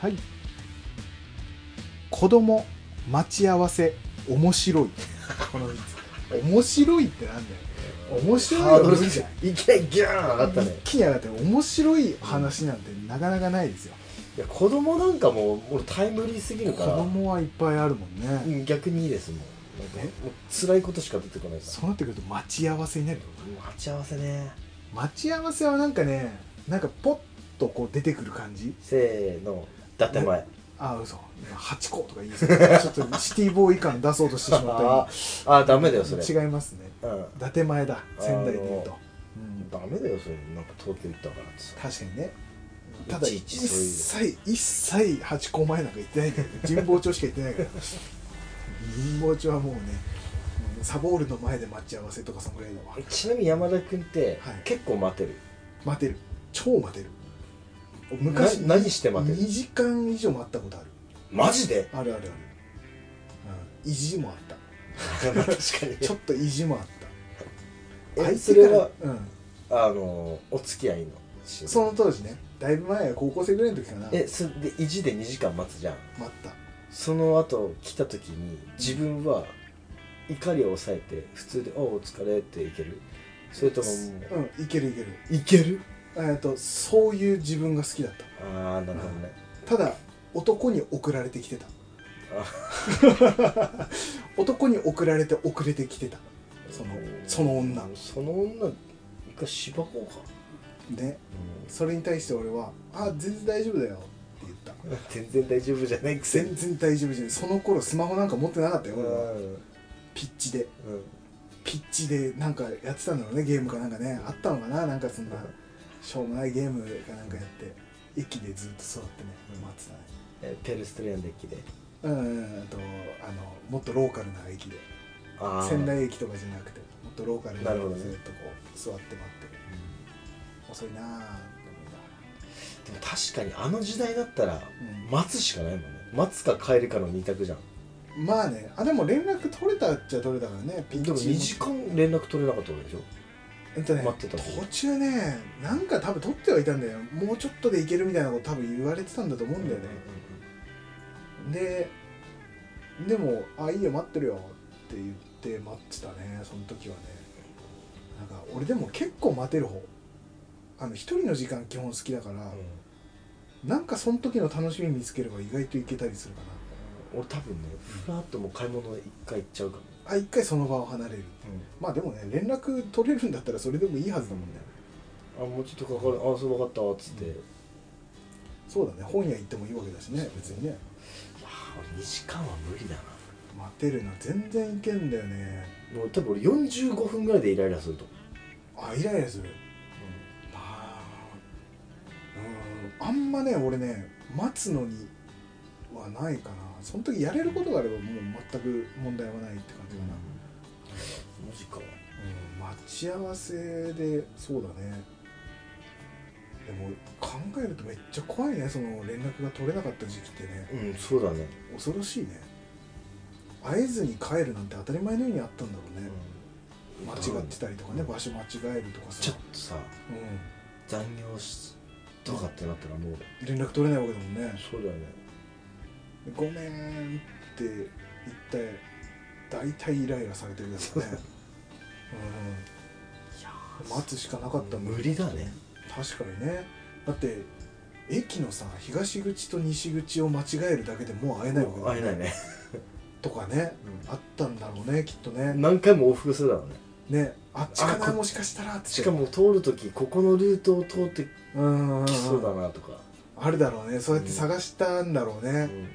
はい子供待ち合わせ面白いこの3つ面白いってなんだよ面白いハードはル無理じゃんいきなりギャーン上がったね一気に上がって面白い話なんてなかなかないですよ、いや子供なんかもうもうタイムリーすぎる子から供はいっぱいあるもんね、うん逆にいいですもんなんかえもう辛いことしか出てこないかそうなってくると待ち合わせになるよら待ち合わせね待ち合わせはなんかねなんかポッとこう出てくる感じせーのだって前ああ嘘今8個とか言いそうちょっとシティボーイ感出そうとしてしま ったあーあーダメだよそれ今違いますねうん伊達前だ仙台で言うと、うん、ダメだよそれなんか東京行ったからってさ確かにねただいちい一ちそういう切一切八個前なんか行ってないから神保町しか行ってないから神保町はもうねうんサボールの前で待ち合わせとかそのぐらいだわちなみに山田君ってはい結構待てる、待てる超待てる昔な何して待てる2時間以上待ったことあるマ ジであるあるある、うん、意地もあった確かにちょっと意地もあったえ相手それはからうん、 あのお付き合いのシーンその当時ねだいぶ前高校生ぐらいの時かな待えそれで意地で2時間待つじゃんったその後来た時に自分は怒りを抑えて普通で「おうお疲れ」っていけるそれとももうんいけるいけるういけるえーとそういう自分が好きだったああなるほどねただ男に送られてきてたあ 男に送られて遅れてきてたそのその女その女一回しばこうか、ねそれに対して俺は「あ全然大丈夫だよ」って言ったうん、 全然大丈夫じゃないくせ全に然大丈夫じゃないその頃スマホなんか持ってなかったよう俺はんピッチでうんピッチでなんかやってたんだろうねゲームかなんかねあったのかななんかそんなしょうもないゲームかなんかやって駅でずっと座ってね待ってたねえペルストリアンデッキでうんうんうんとあのもっとローカルな駅であー仙台駅とかじゃなくてもっとローカルななるほど駅ねでずっとこう座って待ってる遅いなあって思いながでも確かにあの時代だったらうん待つしかないもんね待つか帰るかの二択じゃんらまあねあでも連絡取れたっちゃ取れたからねピッでもチも2時間連絡取れなかったわけでしょえっとね待ってた途中ねなんか多分取ってはいたんだよもうちょっとでいけるみたいなこと多分言われてたんだと思うんだよね、ででも「あいいよ待ってるよ」って言って待ってたねその時はねなんか俺でも結構待てる方あの一人の時間基本好きだから、うなんかその時の楽しみ見つければ意外といけたりするかなん俺多分ねふらっともう買い物一回行っちゃうかも、あ一回その場を離れるまあでもね連絡取れるんだったらそれでもいいはずだもんねあもうちょっとかかるあそう分かったっつって、うんそうだね本屋行ってもいいわけだしね別にねあ2時間は無理だな待てるな全然いけんだよねもう多分俺45分ぐらいでイライラすると思う、あイライラするあーうんあんまね俺ね待つのにはないかなその時やれることがあればもう全く問題はないって感じかな、マジかうん待ち合わせでそうだねでも考えるとめっちゃ怖いねその連絡が取れなかった時期ってねうんそうだね、恐ろしいね会えずに帰るなんて当たり前のようにあったんだろうね、間違ってたりとかねうん場所間違えるとかちさょっ、とさ残業しとかってなったらもううん、連絡取れないわけだもんねそうだよね「ごめん」って言って大体イライラされてるだ ろうね、いやうん、待つしかなかったんだ無理だね確かにねだって駅のさ東口と西口を間違えるだけでもう会えないわけだ会えないねとかねあったんだろうねきっとね何回も往復するだろうねねあっちかあなこもしかしたらってしかも通る時ここのルートを通ってうんきそうだなとか、あるだろうねそうやって探したんだろううね、んで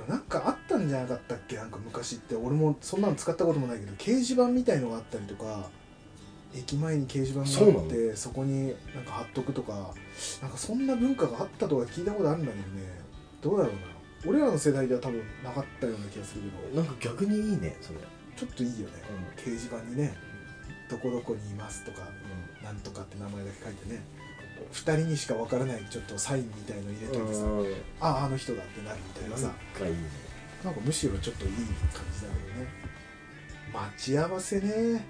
もなんかあったんじゃなかったっけなんか昔って俺もそんなの使ったこともないけど掲示板みたいのがあったりとか駅前に掲示板があってそこになんか貼っとくとかなんかそんな文化があったとか聞いたことあるんだけどねどうだろうな俺らの世代では多分なかったような気がするけどなんか逆にいいねそれ、ちょっといいよね掲示板にね「どこどこにいます」とか「なんとか」って名前だけ書いてね2人にしか分からないちょっとサインみたいの入れといてさうん「あああの人だ」ってなるみたいななさんかいいねなんかむしろちょっといい感じだけどね待ち合わせね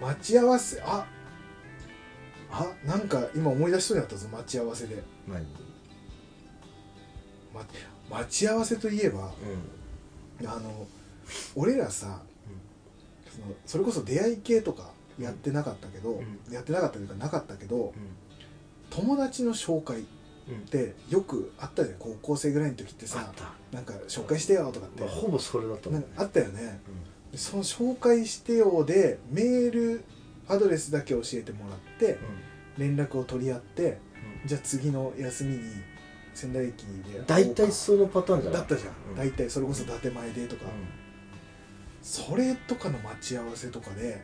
待ち合わせああなんか今思い出しそうになったぞ待ち合わせで何ま、待ち合わせといえばうあの俺らさそのそれこそ出会い系とかやってなかったけど、うんやってなかったというかなかったけどん友達の紹介っうんてよくあったじゃん高校生ぐらいの時ってあさったなんか紹介してよとかって、まあほぼそれだったもなんんねかあったよねでその紹介してよでメールアドレスだけ教えてもらって連絡を取り合ってじゃあ次の休みに仙台駅で大体そのパターンじゃなだいったじゃん、うん大体それこそ伊達前でとか、うそれとかの待ち合わせとかでんうん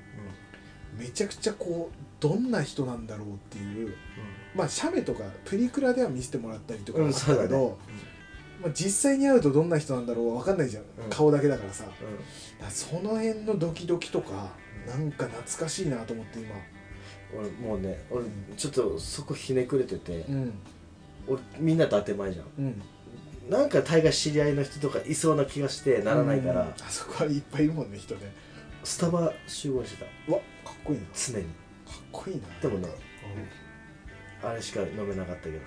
めちゃくちゃこうどんな人なんだろうっていうまあ写メとかプリクラでは見せてもらったりとかうもあんったけそうだどね、まあ、実際に会うとどんな人なんだろうわかんないじゃん、うん顔だけだからさだかうんうんらその辺のドキドキとかうんなんか懐かしいなと思って今俺もうね俺ちょっとそこひねくれててうん俺みんなと当て前じゃんうんなんか大概知り合いの人とかいそうな気がしてならないかうんらあそこはいっぱいいるもんね人ねスタバ集合してたうわかっこいいなか常にっこいいなでもねうんあれしか飲めなかったけどね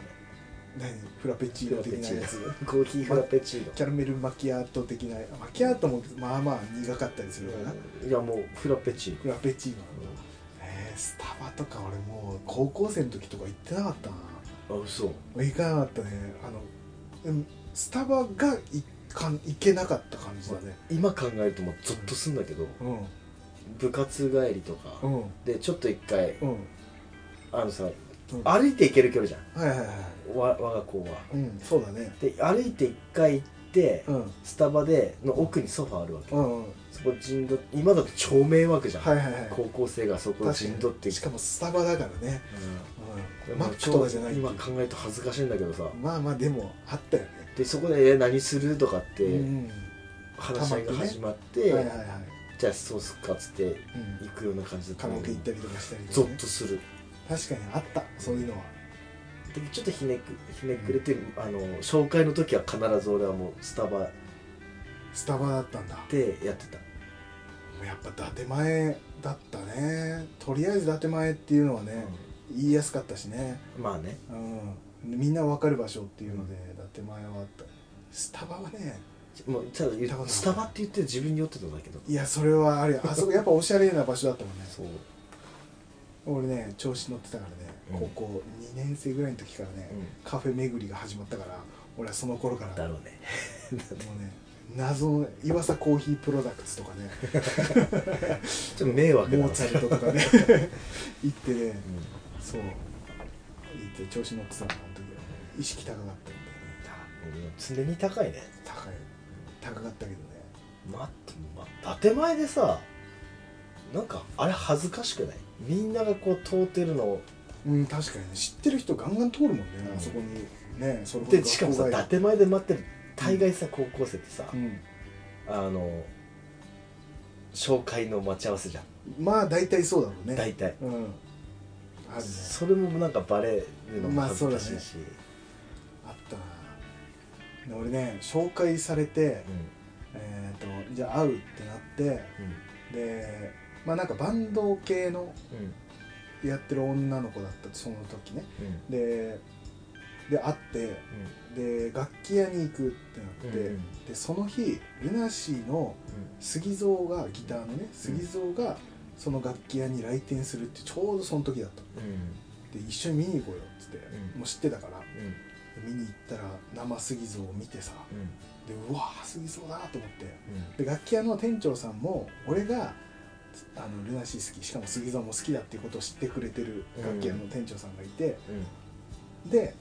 何フラペチーノ的なやつコーヒーフラペチーノキャラメルマキアート的なマキアートもまあまあ苦かったりするからな、いやもうフラペチーノフラペチーノえー、スタバとか俺もう高校生の時とか行ってなかったなあ嘘行かなかったねあのうんスタバが行かん行けなかった感じだね今考えるともうゾッとすんだけどうん部活帰りとうかんでちょっと一回うんあのさうんはい歩いて行ける距離じゃはいはいんわ我が校はうんそうだねで歩いて一回行ってうんスタバでの奥にソファーあるわけうんうんはそこ陣取って今だと超迷惑じゃんいはいはい高校生がそこ陣取ってしかもスタバだからね、ううんん、マックとかじゃないっていう今考えると恥ずかしいんだけどさまあまあでもあったよね、でそこでえ「何する?」とかってん話し合いが始まって、はいはいはい、じゃあそうすっかっつってうん、行くような感じだったカラオケ行ったりとかしたりゾとか、ッとする確かにあったそういうのはでちょっとひねくひねくれて、あの紹介の時は必ず俺はもうスタバスタバだったんだでやってたやっぱ伊達前だったねとりあえず伊達前っていうのはね、言いやすかったしね、うんまあねうん、みんな分かる場所っていうので、伊達前はあったスタバはねもうただたことないスタバって言って自分に酔ってたんだけどいやそれはあれあそこやっぱおしゃれな場所だったもんねそう俺ね調子乗ってたからね、うん高校2年生ぐらいの時からね、うんカフェ巡りが始まったから俺はその頃からだろうねもうね謎の岩佐コーヒープロダクツとかねちょっと迷惑だなモーツァルトとかね 行ってねうんそう行って調子乗ってたのあの時は意識高かったんでねうん常に高いね高い高かったけどね待って、ま、建前でさなんかあれ恥ずかしくないみんながこう通ってるのをうん確かにね知ってる人ガンガン通るもんね、うんあそこにねそれこでしかもさ学校伊外達前で待ってる大概さ高校生ってさ、うんあの紹介の待ち合わせじゃんまあ大体そうだろうね大体、うんあるねそれもなんかバレるのもまあ恥ずかしいし、あったなで俺ね紹介されてえっ、とじゃあ会うってなってでまあなんかバンド系のうんうんやってる女の子だったその時ねうんでで会ってで楽器屋に行くってなって、うんうんでその日ルナシーの杉蔵がギターのね杉蔵がその楽器屋に来店するってちょうどその時だったうんうんで一緒に見に行こうよっつって、うんもう知ってたからでうん見に行ったら生杉蔵を見てさうんでうわー杉蔵だと思ってうんで楽器屋の店長さんも俺があのルナシー好きしかも杉蔵も好きだっていうことを知ってくれてる楽器屋の店長さんがいて、うんで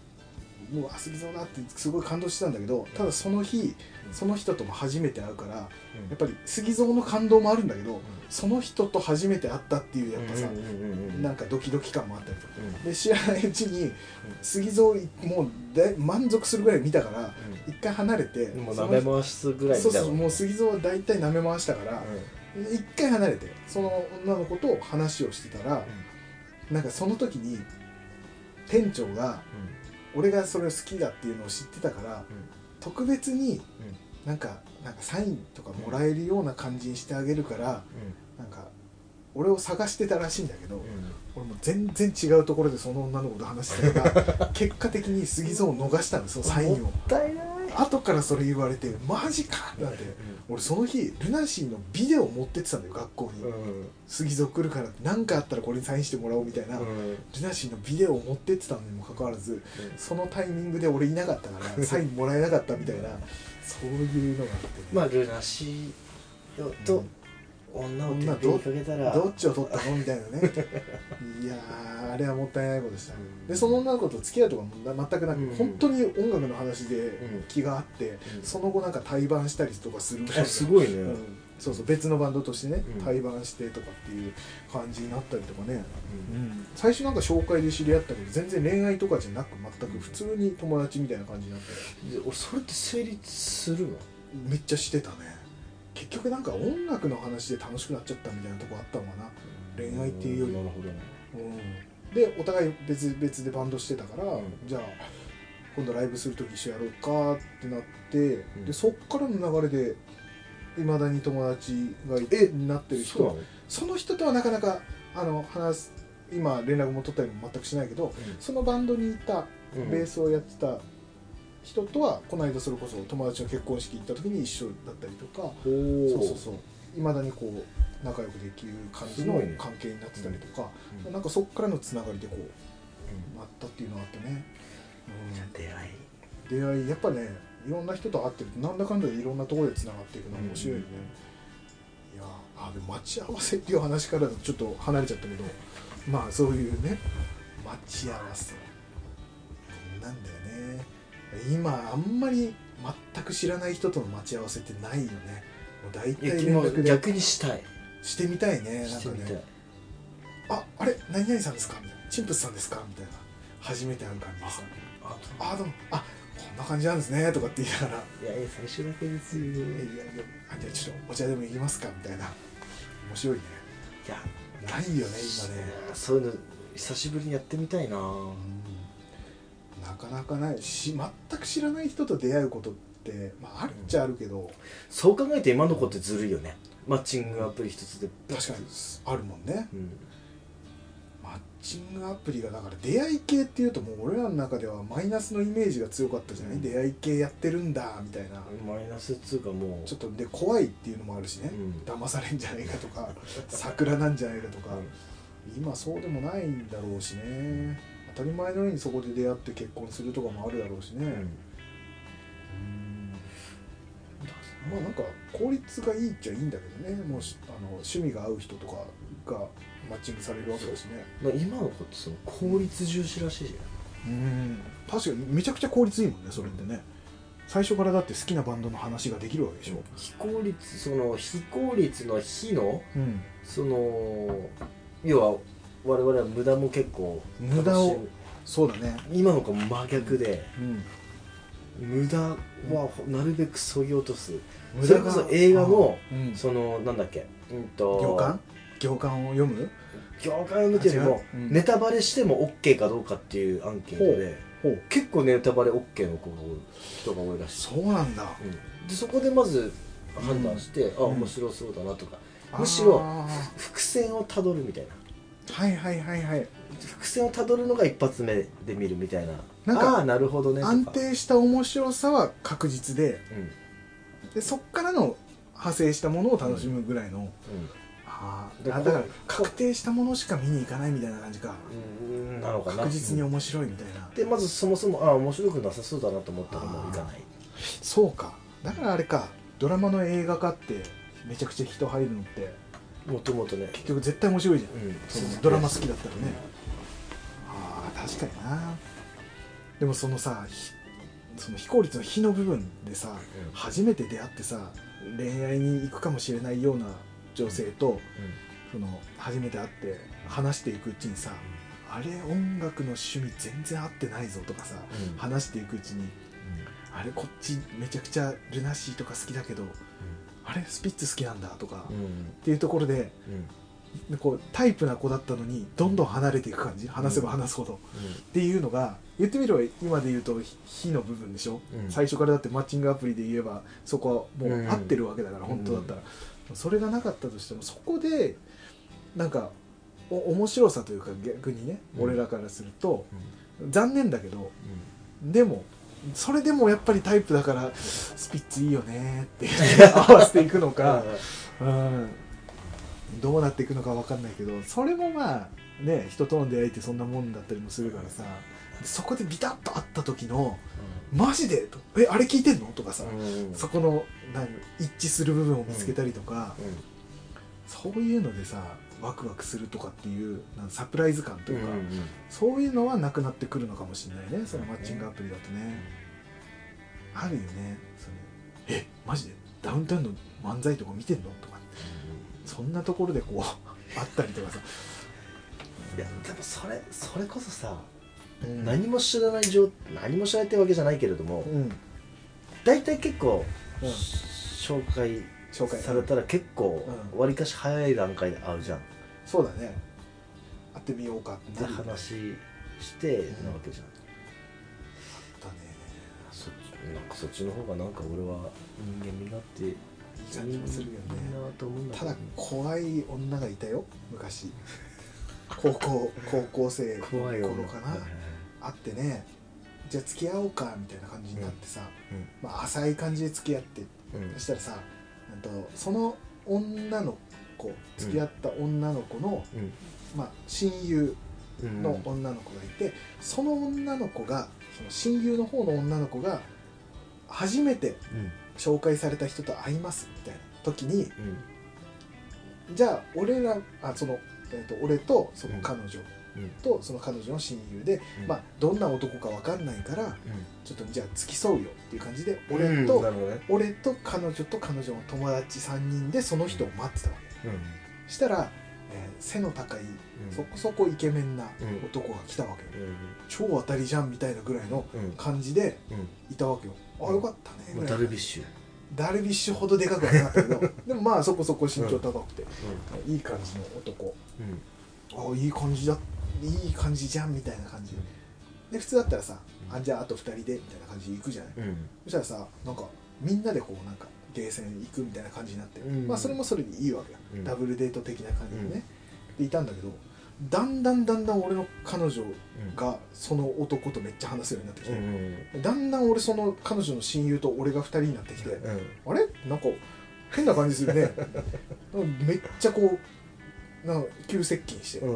もうあ杉蔵だってすごい感動してたんだけどただその日うんその人とも初めて会うからやうんっぱり杉蔵の感動もあるんだけどんその人と初めて会ったっていうやっぱさうんうんうんうんなんかドキドキ感もあったりとかうんで知らないうちに杉蔵もうだい満足するぐらい見たから一回離れてうんもうその舐め回すぐらいそみうたいそなうもう杉蔵は大体舐め回したから一回離れてその女の子と話をしてたらなんかその時に店長が俺がそれを好きだっていうのを知ってたから特別になんかなんかサインとかもらえるような感じにしてあげるからなんか俺を探してたらしいんだけど俺も全然違うと ころでその女の子と話してたから結果的に杉蔵を逃したんですよサインをもったいない後からそれ言われてマジかってなって俺その日ルナシーのビデオ持ってってたんだよ学校に、うん杉蔵来るから何かあったらこれにサインしてもらおうみたいな、うんルナシーのビデオを持ってってたのにもかかわらずそのタイミングで俺いなかったからサインもらえなかったみたいなそういうのがあって、まあルナシーと女を手にかけたらどっちを取ったのみたいな ねいやーあれはもったいないことでしたでその女の子と付き合うとかも全くなく、うん本当に音楽の話でうん気があって、うんその後なんか対バンしたりとかするあすごいね、ううんんそうそう別のバンドとしてね、うん対バンしてとかっていう感じになったりとかね、最初なんか紹介で知り合ったけど全然恋愛とかじゃなく全く普通に友達みたいな感じになってで俺それって成立するのめっちゃしてたね結局なんか音楽の話で楽しくなっちゃったみたいなとこあったのかな恋愛っていうよりなるほどねうんでお互い別々でバンドしてたから、うんじゃあ今度ライブする時一緒やろうかってなって、うんでそっからの流れでいまだに友達がいえになってる人そうなの、その人とはなかなかあの話す今連絡も取ったりも全くしないけどそのバンドにいたうんベースをやってた人とはこの間それこそ友達の結婚式行った時に一緒だったりとかおーそうそうそういまだにこう仲良くできる感じのすごいね関係になってたりとか、うんなんかそっからのつながりでこううんなったっていうのがあってね、出会いうん、出会いやっぱねいろんな人と会ってるとなんだかんだでいろんなところでつながっていくのが面白いよね、いやーあでも待ち合わせっていう話からちょっと離れちゃったけどまあそういうね待ち合わせなんだよね今あんまり全く知らない人との待ち合わせってないよねもう大体え連絡で今逆にしたいしてみたいねなんしかてみたいねああれ何々さんですかみたいなチンプスさんですかみたいな初めて会う感じでさああどうもあこんな感じなんですねとかって言いながらいやいや最初だけですよい「いやいやいやあじゃあちょっとお茶でも行きますか」みたいな面白いねやないよねそ今うね、そういうの久しぶりにやってみたいなうんなかなかないし全く知らない人と出会うことって、まあ、あるっちゃあるけど、そう考えて今の子ってずるいよねマッチングアプリ一つで確かにあるもんねうんマッチングアプリがだから出会い系っていうともう俺らの中ではマイナスのイメージが強かったじゃない、うん出会い系やってるんだみたいな、マイナスっつうかもうちょっとで怖いっていうのもあるしね、うん騙されんじゃないかとか 桜なんじゃないかとか、今そうでもないんだろうしね当たり前のようにそこで出会って結婚するとかもあるだろうしね、ううんうんまあなんか効率がいいっちゃいいんだけどねもうしあの趣味が合う人とかがマッチングされるわけだしねまあ今の子ってその効率重視らしいじゃんうん確かにめちゃくちゃ効率いいもんねそれってね最初からだって好きなバンドの話ができるわけでしょ、非効率その非効率の非のうん、その要は我々は無駄も結構無駄を楽しそうだねむ今の子は真逆で、うん無駄はなるべくそぎ落とす、それこそ映画の、うんそのなんだっけうんと行間行間を読む行間を見てるも、あ違ううんネタバレしても OK かどうかっていうアンケートでほう結構ネタバレ OK の子が多い人が多いらしい、そうなんだうんでそこでまず判断して、あうん面白そうだなとか、むしろあ伏線をたどるみたいなーはいはいはいはい伏線をたどるのが一発目で見るみたいななんかああなるほどねとか安定した面白さは確実でうんうんでそっからの派生したものを楽しむぐらいの、あーだかあらだから確定したものしか見に行かないみたいな感じかうんなのかな確実に面白いみたいなでまずそもそもああ面白くなさそうだなと思ったらもういかないそうかだからあれかドラマの映画化ってめちゃくちゃ人入るのってもともとね結局絶対面白いじゃん、うんそのドラマ好きだったらね、ああ確かになでもそのさひその非効率の「非」の部分でさ、ん初めて出会ってさ恋愛に行くかもしれないような女性とその初めて会って話していくうちにさあれ音楽の趣味全然合ってないぞとかさうん話していくうちにあれこっちめちゃくちゃルナシーとか好きだけどあれスピッツ好きなんだとか、うっんていうところでうんうんこうタイプな子だったのにどんどん離れていく感じ話せば話すほど、っていうのが言ってみれば今で言うと「非」の部分でしょ、うん最初からだってマッチングアプリで言えばそこはもううん合ってるわけだから、うん本当だったら、それがなかったとしてもそこでなんかお面白さというか逆にね、うん俺らからするとうん残念だけどうんでもそれでもやっぱりタイプだからスピッツいいよねって 言って合わせていくのか、うん、どうなっていくのか分かんないけどそれもまあね人との出会いってそんなもんだったりもするからさそこでビタッと会った時の「マジで?」と「えあれ聞いてんの?」とかさ、うんそこのなん一致する部分を見つけたりとか、うそういうのでさワクワクするとかっていうなんサプライズ感といんうか、うんうんそういうのはなくなってくるのかもしれないねそのマッチングアプリだとね、あるよねそれえマジでダウンタウンの漫才とか見てんのとかそんなところでこう あったりとかさ、いやでもそれそれこそさうん、何も知らない状何も知らないってわけじゃないけれどもうん、うん、大体結構紹介紹介されたら結構うんわりかし早い段階で会うじゃんそうだね会ってみようかってでなるよね話してうんなわけじゃんだそっちなんかそっちの方がなんか俺は人間味があっていいねいい感じもするけどねなと思うんだただ怖い女がいたよ昔 高校高校生の怖いよ頃かな会ってねじゃあ付き合おうかみたいな感じになってさ、まあ、浅い感じで付き合ってそしたらさうんとその女の子付き合った女の子の、まあ、親友の女の子がいて、その女の子がその親友の方の女の子が初めて紹介された人と会いますみたいな時にじゃあ俺らあその、えー、と俺とその彼女とその彼女の親友で、まあ、どんな男か分かんないからちょっとじゃあ付き添うよっていう感じで俺と、俺と彼女と彼女の友達3人でその人を待ってたわけしたら、えー背の高いそこそこイケメンな男が来たわけよ超当たりじゃんみたいなぐらいの感じでいたわけよあよかったねぐらいダルビッシュダルビッシュほどでかくはなかったけどでもまあそこそこ身長高くて、いい感じの男あいい感じだいい感じじゃんみたいな感じでで普通だったらさ、うあんじゃああと2人でみたいな感じで行くじゃないそしたらさなんかみんなでこうなんかゲーセン行くみたいな感じになって、うんまあそれもそれでいいわけよ、うんダブルデート的な感じでね、でいたんだけどだんだんだんだん俺の彼女がその男とめっちゃ話すようになってきて、だんだん俺その彼女の親友と俺が2人になってきて、あれなんか変な感じする ねなんかめっちゃこうなんか急接近して、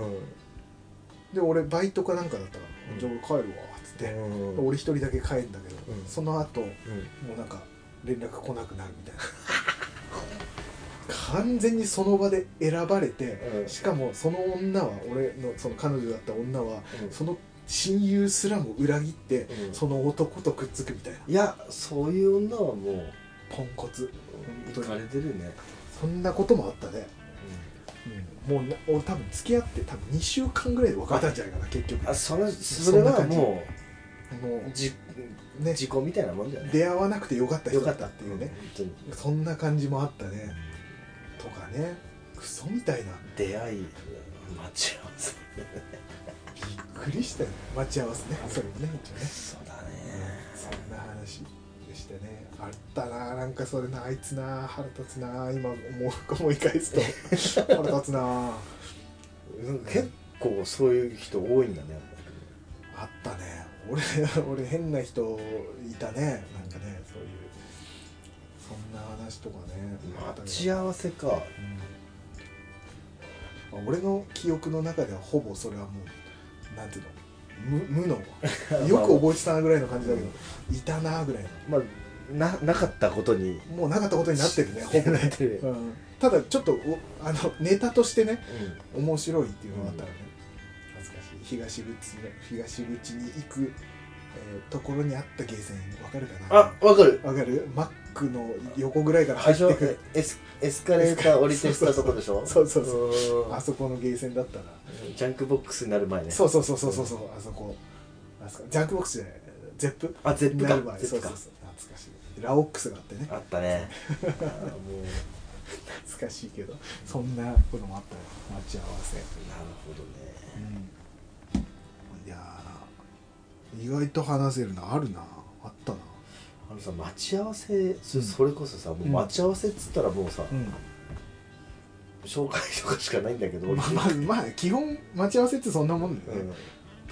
で俺バイトかなんかだったから、うんじゃあ俺帰るわっつって、俺一人だけ帰るんだけど、うんその後もうなんか連絡来なくなるみたい な完全にその場で選ばれてしかもその女は俺のその彼女だった女はその親友すらも裏切ってうんその男とくっつくみたいないやそういう女はもうポンコツ行かれてるねそんなこともあったね、うんもうな俺多分付き合って多分2週間ぐらいで別れたんじゃないかな結局あそれそれはももうじうね時効みたいなもんじゃない出会わなくてよかった人よだかっったたっていうね本当にそんな感じもあったねとかねクソみたいな出会い待ち合わせびっくりしたよ待ち合わせねそれもね一応ねそうだねそんな話でしたねあったななんかそれなあいつな腹立つな今思う思い返す と腹立つなあ結構そういう人多いんだねやっったね俺俺変な人いたねなんかねそういうそんな話とかねあったぱりけど待ち合わせかうん俺の記憶の中ではほぼそれはもうなんていうの無無 のよく覚えてたなぐらいの感じだけど、いたなぐらいのまあななかったことにもうなかったことになってるねほぼ なねってるうんただちょっとおあのネタとしてね面白いっていうのがあったらね、恥ずかしい東口の東口に行く、えーところにあったゲーセンわかるかなあわかるわかるマックの横ぐらいからあ入れってでしょくるエスエスカレーター降りてきたとこでしょそうそうそううーんあそこのゲーセンだったら、ジャンクボックスになる前ねそうそうそうそうそうそうあそこあそこジャンクボックスじゃないゼップあゼップなる前かゼそッうそプうかそう懐かしいラオックスがあってねあったねあーもう懐かしいけどそんなこともあったよ待ち合わせなるほどねいやー意外と話せるなあるなあったなあのさ待ち合わせそ,、うんれこそさもう待ち合わせっつったらもうさ、ん紹介とかしかないんだけど、まあまあまあ基本待ち合わせってそんなもんだよね、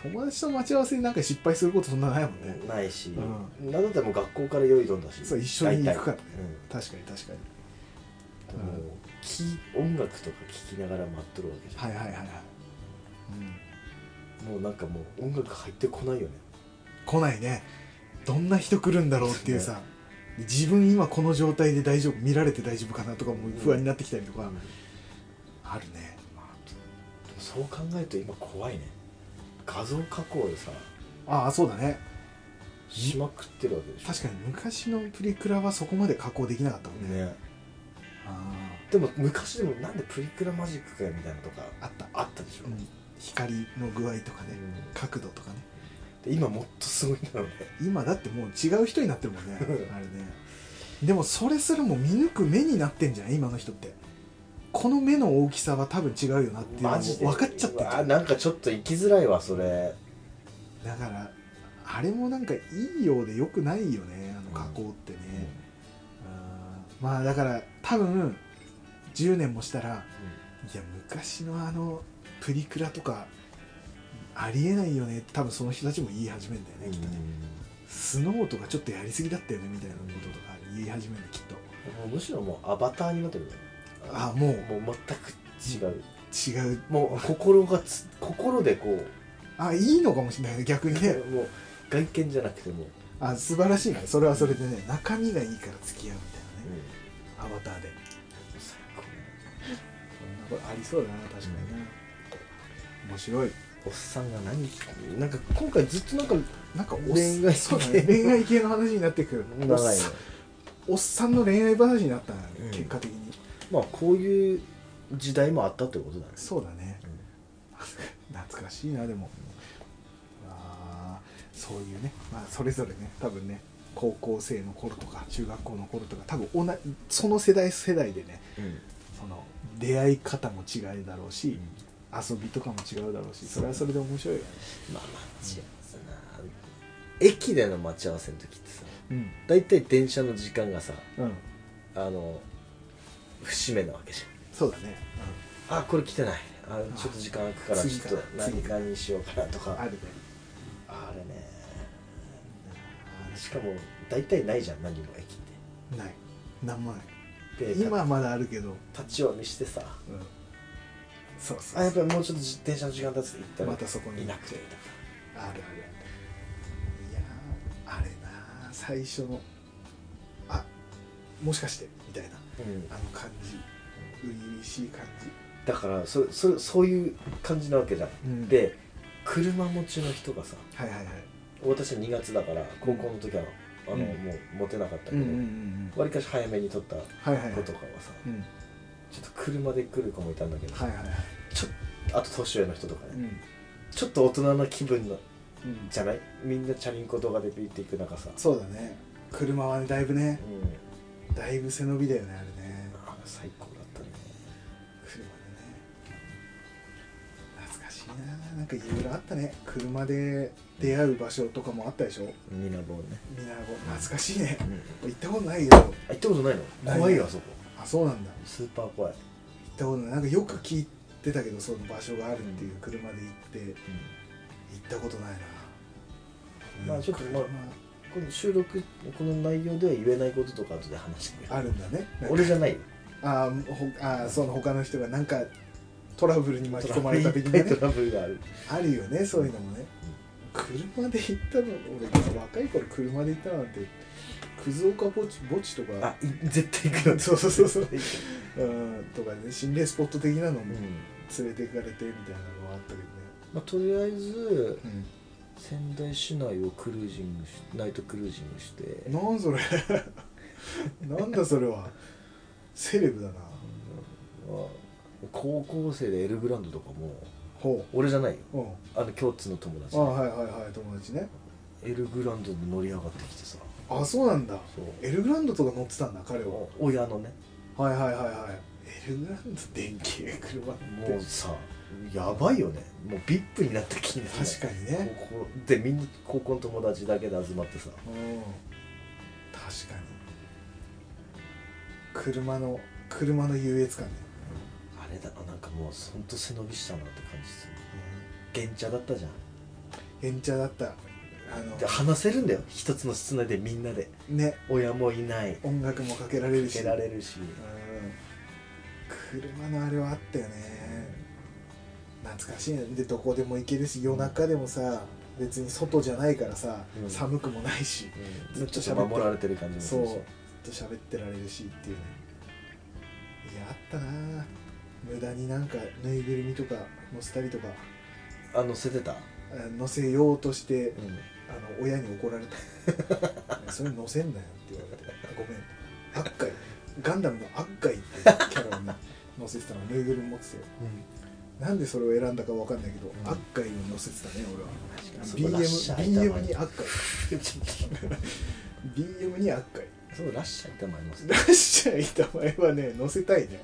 友達と待ち合わせでなんか失敗することそんなないもんね、ないし、うなんだったらもう学校から用意どんだしそう一緒に行くからね大体うん確かに確かにうんもうき音楽とか聴きながら待っとるわけじゃん、はいはいはいはい、うん、もうなんかもう音楽入ってこないよね来ないねどんな人来るんだろうっていうさ自分今この状態で大丈夫見られて大丈夫かなとかも不安になってきたりとか、うんあるねでもそう考えると今怖いね画像加工でさああそうだねしまくってるわけでしょ確かに昔のプリクラはそこまで加工できなかったもんねねあでも昔でもなんでプリクラマジックかよみたいなのとかああった、あったでしょ、うん、光の具合とかね、うん角度とかねで今もっとすごいんだろうね今だってもう違う人になってるもんねうんあれねでもそれすらも見抜く目になってんじゃん今の人ってこの目の大きさは多分違うよなっていうのもマジで分かっちゃってんじゃんうわなんかちょっと生きづらいわそれだからあれもなんかいいようでよくないよねあの加工ってね、あーまあだから多分10年もしたらいや昔のあのプリクラとかありえないよねって多分その人たちも言い始めるんだよね、うんきっとねスノーとかちょっとやりすぎだったよねみたいなこととか言い始めるのきっともうむしろもうアバターになってるよねあもうもう全く違う、違うもう心がつ心でこうあいいのかもしれない逆にねもう外見じゃなくてもう、あ素晴らしいねそれはそれでね中身がいいから付き合うみたいなねアバターで最高そんなことありそうだな確かにな、面白いおっさんが何なんか今回ずっとなんかなんかおっ恋愛そうだ系ね恋愛系の話になってくるおっ長いさのんおっさんの恋愛話になったな、うん結果的にまあこういう時代もあったってことだねそうだね うん懐かしいなでもあーそういうねまあそれぞれね多分ね高校生の頃とか中学校の頃とか多分同じその世代世代でねその出会い方も違いだろうし、遊びとかも違うだろうしそれはそれで面白いよねまあ待ち合わせな駅での待ち合わせの時ってさうん大体電車の時間がさうんあの節目なわけじそうだね、ゃんあこれ来てないあちょっと時間空くから次ちかょっと何次かにしようかなとうかん、あるねあれねあしかも大体ないじゃん何も駅っーない何もないてで今はまだあるけど、立ち読みしてさうん、そうそうあやっぱりもうちょっと自転車の時間経つって言ったらまたそこにいなくてあるあるいやーあれなー最初のあもしかしてみたいなうんあの感じ初々しい感じ、だからそれそれそういう感じなわけじゃん、うんで車持ちの人がさはいはいはい私は2月だから高校の時はあの、うんもう持てなかったけうど、んうんうんわりかし早めに取った子はいはいはいとかはさ、うんちょっと車で来る子もいたんだけど、はいはいはいちょっとあと年上の人とかね、うんちょっと大人な気分のうんじゃないみんなチャリンコ動画でビーっていく中さ、そうだね車はねだいぶねうん、だいぶ背伸びだよねあれねあ最高だったね車でね懐かしいななんかいろいろあったね車で出会う場所とかもあったでしょミナボンね、みんなこう懐かしいねうん、行ったことないけどあ行ったことないなのい怖いよあそこあそうなんだスーパー怖い、行ったことないなんかよく聞いてたけどその場所があるっていう車で行って行ったことないな、まあうんちょっとま車あこの収録この内容では言えないこととか後で話してみあるんだねなんか俺じゃないよあーほあーその他の人がなんかトラブルに巻き込まれた的なねトラブルがあるあるよねそういうのもね車で行ったの俺若い頃車で行ったなんて葛岡墓地墓地とかあい絶対行 くなそうそうそうそう絶対うんとかね心霊スポット的なの行くも連れて行かれてみたいなのはあったけどね、まあ、とりあえずうん仙台市内をクルージングしナイトクルージングしてなんそれ なんだそれはセレブだなまあ高校生でエルグランドとかもほ俺じゃないよううんあの共通の友達あはいはいはい友達ねエルグランドに乗り上がってきてさあそうなんだそうエルグランドとか乗ってたんだ彼は親のねはいはいはいはいエルグランド電気車ってもうさやばいよねもう VIP になった気になる確かにね高校でみんな高校の友達だけで集まってうさん確かに車の車の優越感ね、あれだななんかもうほんと背伸びしたなって感じする原茶だったじゃん延茶だったあでの話せるんだよ一つの室内でみんなでね親もいない音楽もかけられるし受けられるしうん車のあれはあったよね懐かしいねでどこでも行けるし夜中でもさ別に外じゃないからさ、うん寒くもないしずっとちょ喋っってと守られてる感じもすそうるずしっと喋ってられるしっていうねいやあったな無駄になんかぬいぐるみとか乗せたりとかあ乗せてた、あ乗せようとしてうんあの親に怒られ たそれ乗せんなよって言われてごめんアッカイガンダムのアッカイってキャラをね乗せてたのぬいぐるみ持っててなんでそれを選んだかわかんないけど、んアッカイを乗せてたね俺はそこラッシャーいた BM, ま BM ににアッ カイ BM にアッカイそこラッシャーいたまにもラッシャー板前はね乗せたいね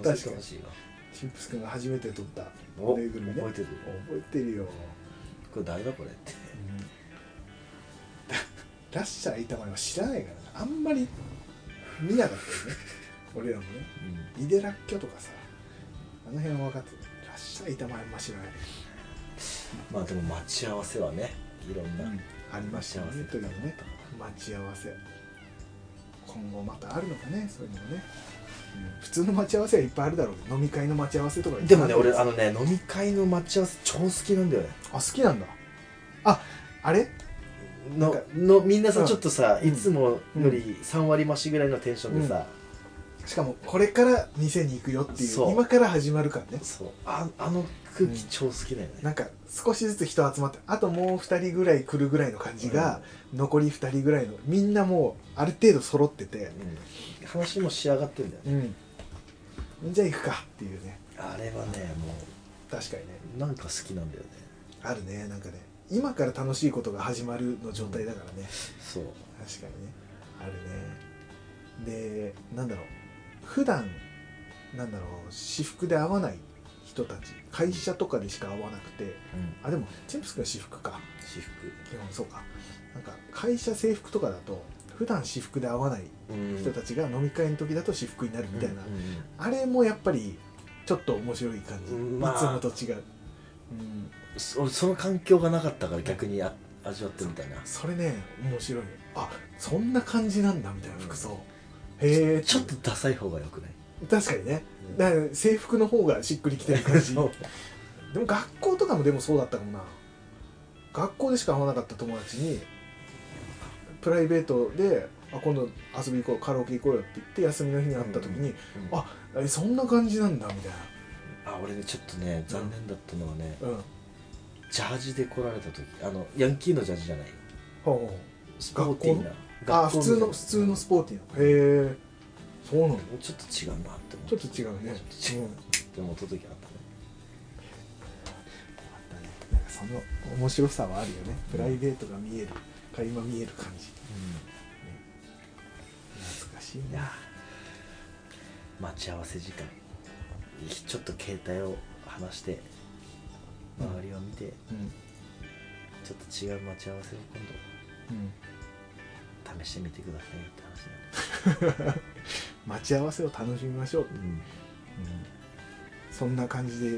乗せてほしいわチンプス君が初めて撮ったおぬ覚いぐるみねえてる覚えてるよ、これ誰だこれってララッシャー板前は知らないからなあんまり見なかったよね俺らもねイデラッキョとかさあの辺は分かってるラッシャー板前はあんま知らない、まあでも待ち合わせはねいろんなありましたよね待ちと合いうわせね待ち合わせ今後またあるのかねそういうのもね、うん普通の待ち合わせはいっぱいあるだろうけど飲み会の待ち合わせとかいっぱでいもあるねじゃない俺すかあのね飲み会の待ち合わせ超好きなんだよねあ好きなんだああれののみんなさちょっとさいつもより3割増しぐらいのテンションでさしかもこれから店に行くよっていうそう今から始まる感ねそうああの空気超好きだよねなんか少しずつ人集まってあともう2人ぐらい来るぐらいの感じが、残り2人ぐらいのみんなもうある程度揃っててうん話も仕上がってんだよねうんじゃあ行くかっていうねあれはねも確かにねうなんか好きなんだよねあるねなんかね今から楽しいことが始まるの状態だからね、そう確かにねあるねでなんだろう普段なんだろう私服で会わない人たち会社とかでしか会わなくてうんあでもチンプス君は私服か私服基本そうかなんか会社制服とかだと普段私服で会わない人たちちが飲み会の時だと私服になるみたいな、うんあれもやっぱりちょっと面白い感じ、うんまあいつもと違う、うん、そ俺その環境がなかったから逆にあ味わってみたいなそれね面白いあそんな感じなんだみたいな服装、へえちょっとダサい方がよくない確かにねだから制服の方がしっくりきてる感 じでそもう学校とかもでもそうだったかもな学校でしか会わなかった友達にプライベートであ今度遊び行こうカラオケ行こうよって言って休みの日に会った時に、うんあえそんな感じなんだみたいあ俺ねちょっとね残念だったのはね、なうんジャージで来られた時あのヤンキーのジャージじゃないよほうほうスポーティーなあ普学校通みたいのな普通のスポーティーなへえそうなのちょっと違うなって思ちょっと違うねちょっと違うって思った時あったねなんかその面白さはあるよねプライベートが見える垣間見える感じ懐かしいいやー待ち合わせ時間ちょっと携帯を離してうん周りを見て、うんちょっと違う待ち合わせをうん 今度試してみてくださいよって話だね待ち合わせを楽しみましょう、そんな感じでい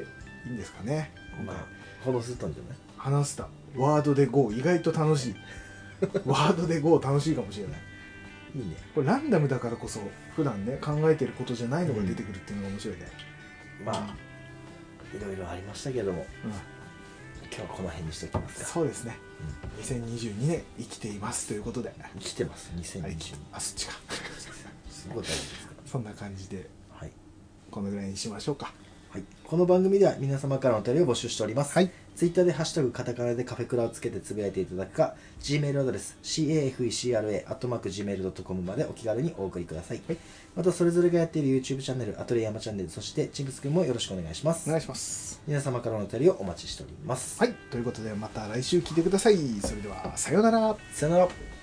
いんですかね今ま回あほのすったんじゃない話したワードで GO 意外と楽 しいワードで GO 楽しいかもしれないいいねこれランダムだからこそ普段ね考えてることじゃないのが出てくるっていうのが面白いね、まあいろいろありましたけどもうん今日はこの辺にしておきますかそうですね2022年生きていますということで、生きてます2020はい、年あそっちかすごい大事ですからそんな感じではいこのぐらいにしましょうかはい、この番組では皆様からのお便りを募集しております、はい、ツイッターで「ハッシュタグカタカナ」でカフェクラをつけてつぶやいていただくか G メールアドレス cafecra.gmail.com までお気軽にお送りください、はいまたそれぞれがやっている YouTube チャンネルアトレヤマチャンネルそしてチンプスくんもよろしくお願いしますお願いします皆様からのお便りをお待ちしております、はいということでまた来週聞いてくださいそれではさようならさよなら